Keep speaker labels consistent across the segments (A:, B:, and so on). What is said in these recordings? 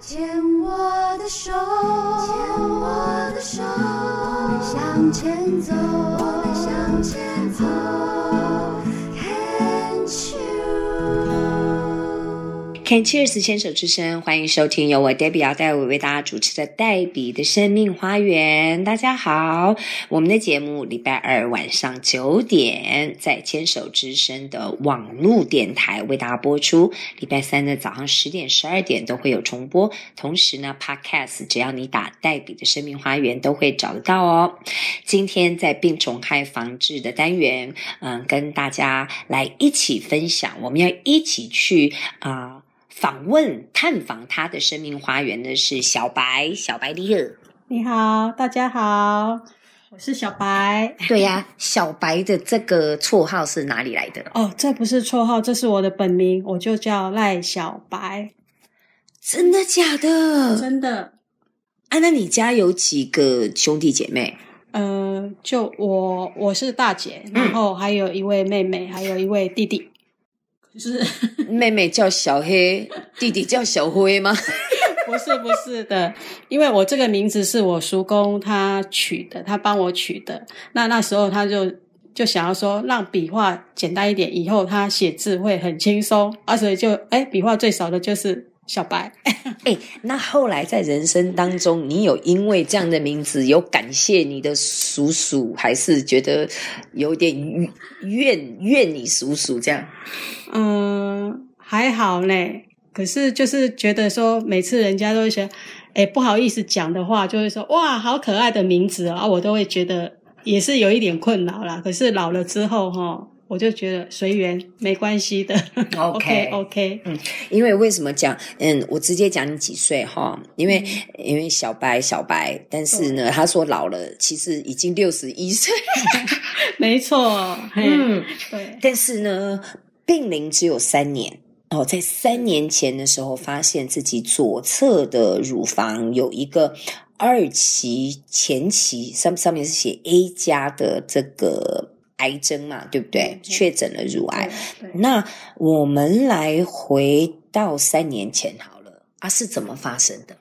A: 牵我的手，牵我的手，我们向前走，我们向前走。Can't you？
B: Can Cheers 牵手之声，欢迎收听由我 Debbie 姚黛伟为大家主持的《黛比的生命花园》。大家好，我们的节目礼拜二晚上九点在牵手之声的网络电台为大家播出，礼拜三的早上十点、十二点都会有重播。同时呢，Podcast 只要你打“黛比的生命花园”都会找得到哦。今天在病虫害防治的单元，嗯，跟大家来一起分享，我们要一起去啊。访问探访他的生命花园的是小白，小白你好。
C: 你好，大家好，我是小白。
B: 对呀、小白的这个绰号是哪里来的？
C: 哦，这不是绰号，这是我的本名，我就叫赖小白。
B: 真的假的？
C: 真的，
B: 啊，那你家有几个兄弟姐 妹？
C: 呃，就我我是大姐，然后还有一位妹妹，还有一位弟弟。可是
B: 妹妹叫小黑，弟弟叫小灰吗？
C: 不是不是的，因为我这个名字是我叔公他取的，他帮我取的。那那时候他就就想要说让笔画简单一点，以后他写字会很轻松，啊，所以就哎笔画最少的就是小白。
B: 哎、那后来在人生当中，你有因为这样的名字有感谢你的叔叔，还是觉得有点怨怨怨你叔叔这样？
C: 嗯，还好嘞。可是就是觉得说，每次人家都会说，哎，不好意思讲的话，就会说哇，好可爱的名字哦啊，我都会觉得也是有一点困扰啦。可是老了之后哈、我就觉得随缘，没关 系的。OK OK，
B: 因为为什么讲？嗯，我直接讲你几岁哈？因为、因为小白小白，但是呢，他说老了，其实已经六十一岁。
C: 没错，嘿，
B: 嗯，
C: 对，
B: 但是呢，病龄只有三年。哦，在三年前的时候，发现自己左侧的乳房有一个二期前期，上上面是写 A 加的这个癌症嘛，对不对
C: 嗯？嗯
B: 确诊了乳癌。
C: 对，对
B: 那我们来回到三年前好了，啊，是怎么发生的？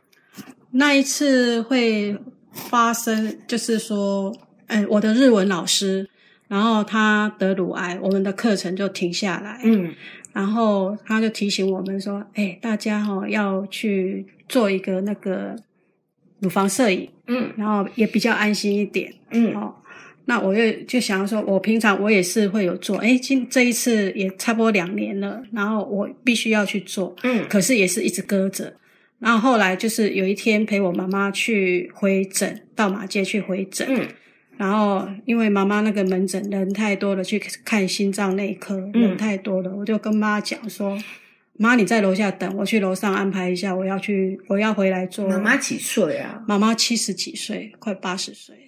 C: 那一次会发生，就是说，哎，我的日文老师，然后他得乳癌，我们的课程就停下来。
B: 嗯
C: 然后他就提醒我们说：“哎，大家哈、要去做一个那个乳房摄影，
B: 嗯
C: 然后也比较安心一点
B: 嗯
C: 哦。”那我又就想要说，我平常我也是会有做，哎，今这一次也差不多两年了，然后我必须要去做，
B: 嗯
C: 可是也是一直搁着。然后后来就是有一天陪我妈妈去回诊，到马街去回诊，
B: 嗯
C: 然后因为妈妈那个门诊人太多了，去看心脏内科
B: 嗯
C: 人太多了，我就跟妈讲说：“妈，你在楼下等，我去楼上安排一下，我要去，我要回来做。”
D: 妈妈几岁啊？
C: 妈妈七十几岁，快八十岁了，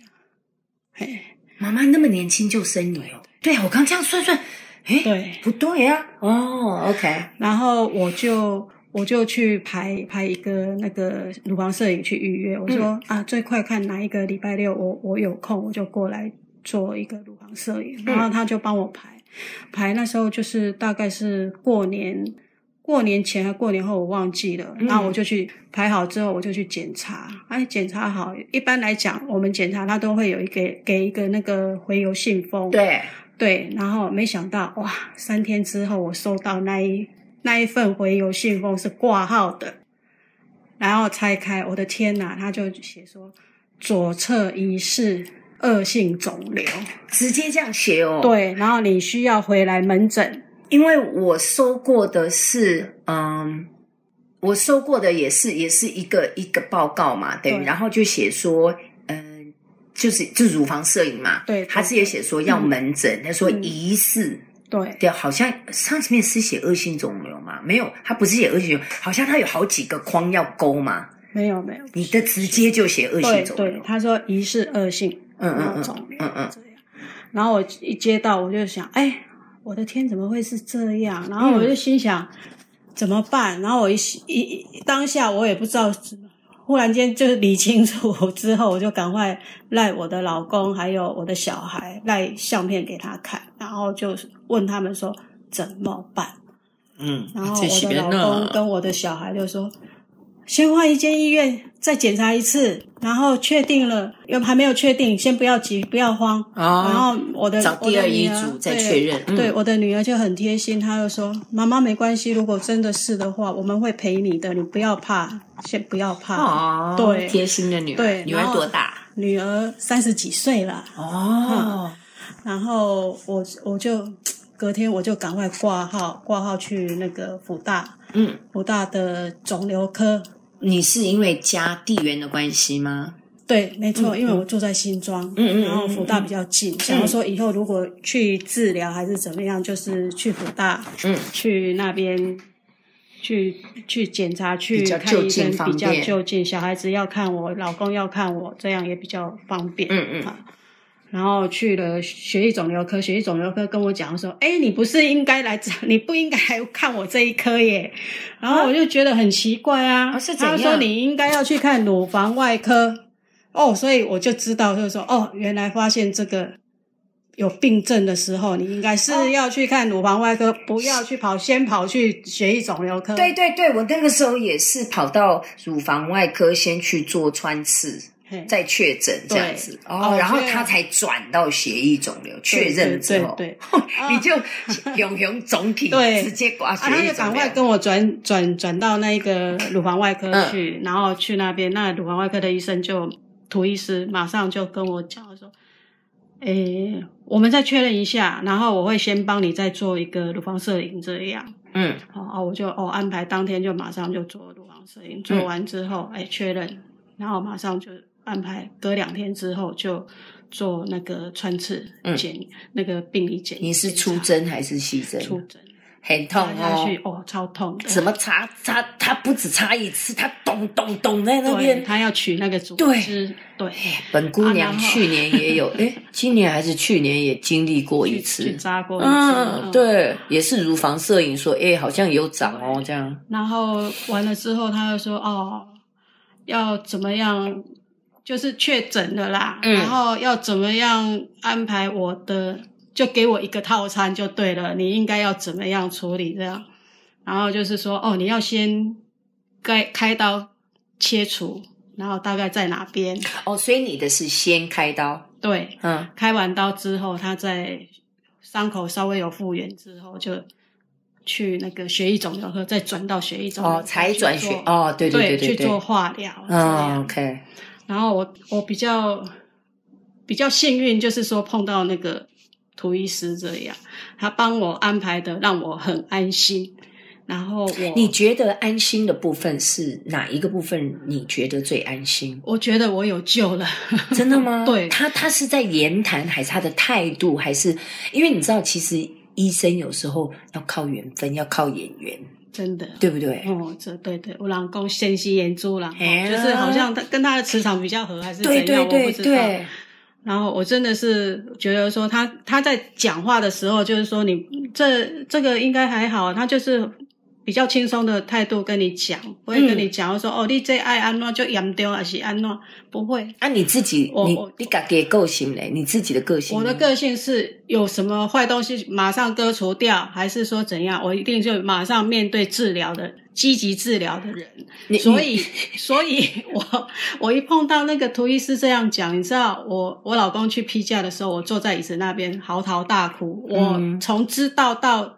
C: 哎，
D: 妈妈那么年轻就生你哦？对啊，我刚这样算算，哎，
C: 对。
D: 不对啊。哦，OK，
C: 然后我就我就去排排一个那个乳房摄影去预约，我说、啊，最快看哪一个礼拜六我我有空，我就过来做一个乳房摄影。然后他就帮我排排，那时候就是大概是过年。过年前还过年后我忘记了，然后我就去排好之后我就去检查，哎，检查好，一般来讲我们检查它都会有一个给一个那个回邮信封，
D: 对，
C: 对，然后没想到哇，三天之后我收到那一那一份回邮信封是挂号的，然后拆开，我的天哪，他就写说左侧疑似恶性肿瘤，
D: 直接这样写哦。，
C: 对，然后你需要回来门诊，
D: 因为我收过的是，嗯，我收过的也是也是一个一个报告嘛，等于
C: 对
D: 然后就写说，嗯，就是就是乳房摄影嘛，
C: 对对
D: 他是也写说要门诊，他说
C: 嗯
D: 疑似。
C: 对
D: 对，好像上面是写恶性肿瘤嘛？没有，他不是写恶性肿瘤，好像他有好几个框要勾嘛。
C: 没有没有，
D: 你的直接就写恶
C: 对
D: 性肿
C: 对
D: 瘤，，
C: 他说疑似恶性
D: 嗯嗯嗯
C: 肿瘤，
D: 嗯嗯
C: 这样。然后我一接到，我就想，哎，我的天，怎么会是这样？然
D: 嗯
C: 后我就心想，怎么办？然后我一一一当下我也不知道，忽然间就是理清楚之后，我就赶快赖我的老公还有我的小孩赖相片给他看，然后就问他们说怎么办？
B: 嗯
C: 然后我的老公跟我的小孩就说：“先换一间医院再检查一次，然后确定了，又还没有确定，先不要急，不要慌。然
D: 哦，
C: 后我的
D: 找第二遗
C: 我的女
D: 嘱
C: 儿
D: 再
C: 对
D: 确认。嗯
C: 对，我的女儿就很贴心，她就说：“妈妈没关系，如果真的是的话，我们会陪你的，你不要怕，先不要怕。
D: 哦，
C: 对
D: 贴心的女儿，
C: 对
D: 女儿
C: 然后
D: 多大？
C: 女儿三十几岁了，
D: 哦，
C: 然后我我就隔天我就赶快挂号，挂号去那个福大，
D: 嗯，
C: 福大的肿瘤科。
D: 你是因为家地缘的关系吗？
C: 对，没错，因为我住在新庄，
D: 嗯嗯嗯嗯
C: 然后福大比较近，想要说以后如果去治疗还是怎么样，就是去福大，
D: 嗯，
C: 去那边去去检查，去
D: 比较
C: 看医
D: 就
C: 生
D: 近方
C: 比较
D: 便
C: 就近，小孩子要看我，老公要看我，这样也比较方便，
D: 嗯嗯
C: 啊然后去了血液肿瘤科，血液肿瘤科跟我讲说：“哎，你不是应该来这，你不应该来看我这一科耶。”然后我就觉得很奇怪啊。
D: 啊是怎
C: 他
D: 样
C: 说你应该要去看乳房外科哦，所以我就知道，就是说哦，原来发现这个有病症的时候，你应该
D: 哦
C: 是要去看乳房外科，不要去跑，先跑去血液肿瘤科。
D: 对对对，我那个时候也是跑到乳房外科先去做穿刺，
C: 嘿，
D: 再确诊这样子
C: 对
D: 哦，
C: 哦
D: 然后
C: 这样
D: 他才转到血液肿瘤确认之后，
C: 对对对
D: 你就永永总体
C: 对
D: 直接挂
C: 啊，
D: 血
C: 他
D: 液
C: 就赶
D: 肿
C: 快
D: 瘤。
C: 跟我转转转到那个乳房外科
D: 嗯
C: 去，然后去那边，那乳房外科的医生就涂医师马上就跟我讲说，诶、我们再确认一下，然后我会先帮你再做一个乳房摄影这样。
D: 嗯，
C: 哦哦，我就哦安排当天就马上就做乳房摄
D: 嗯
C: 影，做完之后哎确认，然后马上就安排隔两天之后就做那个穿刺
D: 嗯
C: 检、那个病理检。
D: 你是出
C: 检查
D: 针还是细针？
C: 出针。
D: 很痛
C: 插下
D: 哦
C: 去。哦，超痛的。
D: 怎么插插？他不止插一次，他咚咚咚在那
C: 对，
D: 边。
C: 他要取那个组
D: 对
C: 织，对，
D: 本姑
C: 啊
D: 娘
C: 然后
D: 去年 也有，哎，今年还是去年也经历过一
C: 去
D: 次
C: 去。扎过一次，
D: 嗯，
C: 嗯。
D: 对，也是乳房摄影说，哎，好像有长哦，这样。
C: 然后完了之后，他又说哦，要怎么样，就是确诊了啦，
D: 嗯
C: 然后要怎么样安排我的，就给我一个套餐就对了，你应该要怎么样处理这样，然后就是说哦，你要先开开刀切除，然后大概在哪边，
D: 哦，所以你的是先开刀，
C: 对，
D: 嗯，
C: 开完刀之后，他在伤口稍微有复原之后，就去那个血液肿瘤科，再转到血液肿瘤科
D: 哦，才转
C: 去
D: 学
C: 做，
D: 哦，对对对
C: 去
D: 对
C: 做，化疗。这
D: 嗯
C: 样
D: ，OK，
C: 然后我我比较比较幸运，就是说碰到那个涂医师这样，他帮我安排的，让我很安心。然后我？
D: 你觉得安心的部分是哪一个部分？你觉得最安心
C: 我觉得我有救了，
D: 真的吗？
C: 对
D: 他他是在言谈，还是他的态度，还是因为你知道，其实医生有时候要靠缘分，要靠演员，
C: 真的。
D: 对不对？
C: 哦，这对对，我老公先吸眼珠啦，
D: 哎呀
C: 就是好像他跟他的磁场比较合，还是怎
D: 对
C: 样，
D: 对
C: 我
D: 对
C: 不知道。
D: 对，
C: 然后我真的是觉得说他他在讲话的时候，就是说你这这个应该还好，他就是比较轻松的态度跟你讲，不会跟
D: 嗯
C: 你讲说、哦，你这爱安诺就严掉还是安诺，不会。
D: 啊，你自己，
C: 我
D: 你
C: 我
D: 你感觉个性嘞？你自己的个性
C: 我
D: 呢，
C: 的个性是有什么坏东西马上割除掉，还是说怎样？我一定就马上面对治疗的积极治疗的人。
D: 你
C: 所
D: 你
C: 以，所以我我一碰到那个涂医师这样讲，你知道，我我老公去批假的时候，我坐在椅子那边嚎啕大哭。
D: 嗯
C: 我从知道到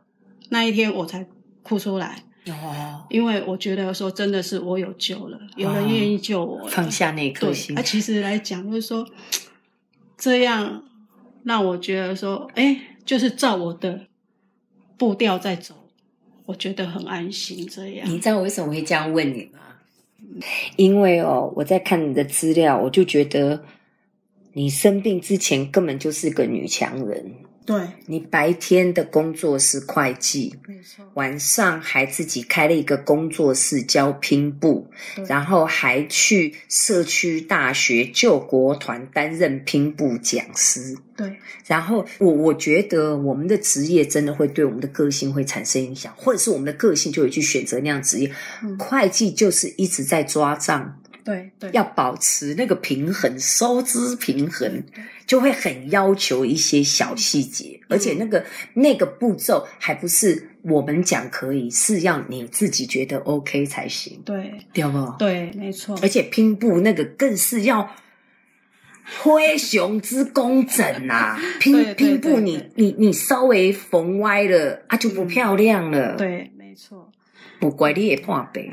C: 那一天，我才哭出来，
D: 哦，
C: 因为我觉得说真的是我有救了，有人愿意救我了
D: 放下那一颗
C: 对，
D: 心
C: 那、，其实来讲，就是说这样让我觉得说，哎，就是照我的步调在走，我觉得很安心。这样，
D: 你知道我为什么会这样问你吗？
B: 因为哦，我在看你的资料，我就觉得你生病之前根本就是个女强人。
C: 对，
B: 你白天的工作是会计，
C: 没错，
B: 晚上还自己开了一个工作室教拼布
C: 对，
B: 然后还去社区大学救国团担任拼布讲师。
C: 对。
B: 然后我我觉得我们的职业真的会对我们的个性会产生影响，或者是我们的个性就会去选择那样职业。
C: 嗯
B: 会计就是一直在抓账，
C: 对对，
B: 要保持那个平衡，收支平衡
C: 对，对
B: 就
D: 嗯
B: 会很要求一些小细节，而且那个那个步骤还不是
D: 我们讲可以，是让你自己觉得 OK 才行，
C: 对
D: 对不？
C: 对，没错，
D: 而且拼布那个更是要灰熊之工整 啊！拼
C: 对对
D: 拼布
C: 对
D: 你，
C: 对
D: 你你稍微缝歪了啊，就不漂亮了。，
C: 对，没 错。
D: 不怪你也破背。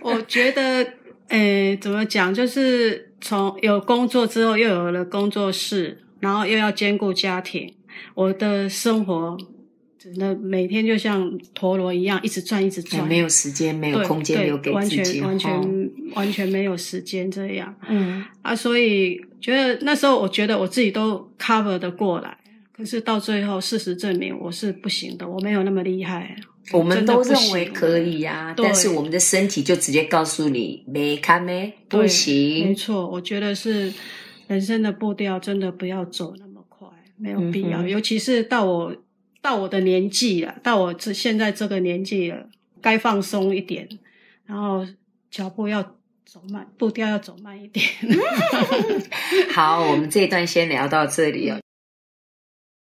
C: 我觉得，呃，怎么讲，就是从有工作之后，又有了工作室，然后又要兼顾家庭，我的生活真的每天就像陀螺一样，一直转，一直
D: 也
C: 转，
D: 哎没有时间，没有
C: 对
D: 空间
C: 对
D: 留给
C: 完
D: 自己，
C: 全完
D: 哦
C: 全完全没有时间这样
D: 嗯，
C: 啊，所以觉得那时候我觉得我自己都 cover 的过来。可是到最后，事实证明我是不行的，我没有那么厉害。
D: 我们都
C: 真的不
D: 认
C: 行
D: 为可以呀、
C: 对
D: 但是我们的身体就直接告诉你，没看没不
C: 对
D: 行
C: 没。错，我觉得是人生的步调真的不要走那么快，没有必要。
D: 嗯哼
C: 尤其是到我到我的年纪了，到我这现在这个年纪了，该放松一点，然后脚步要走慢，步调要走慢一点。
D: 好，我们这一段先聊到这里哦。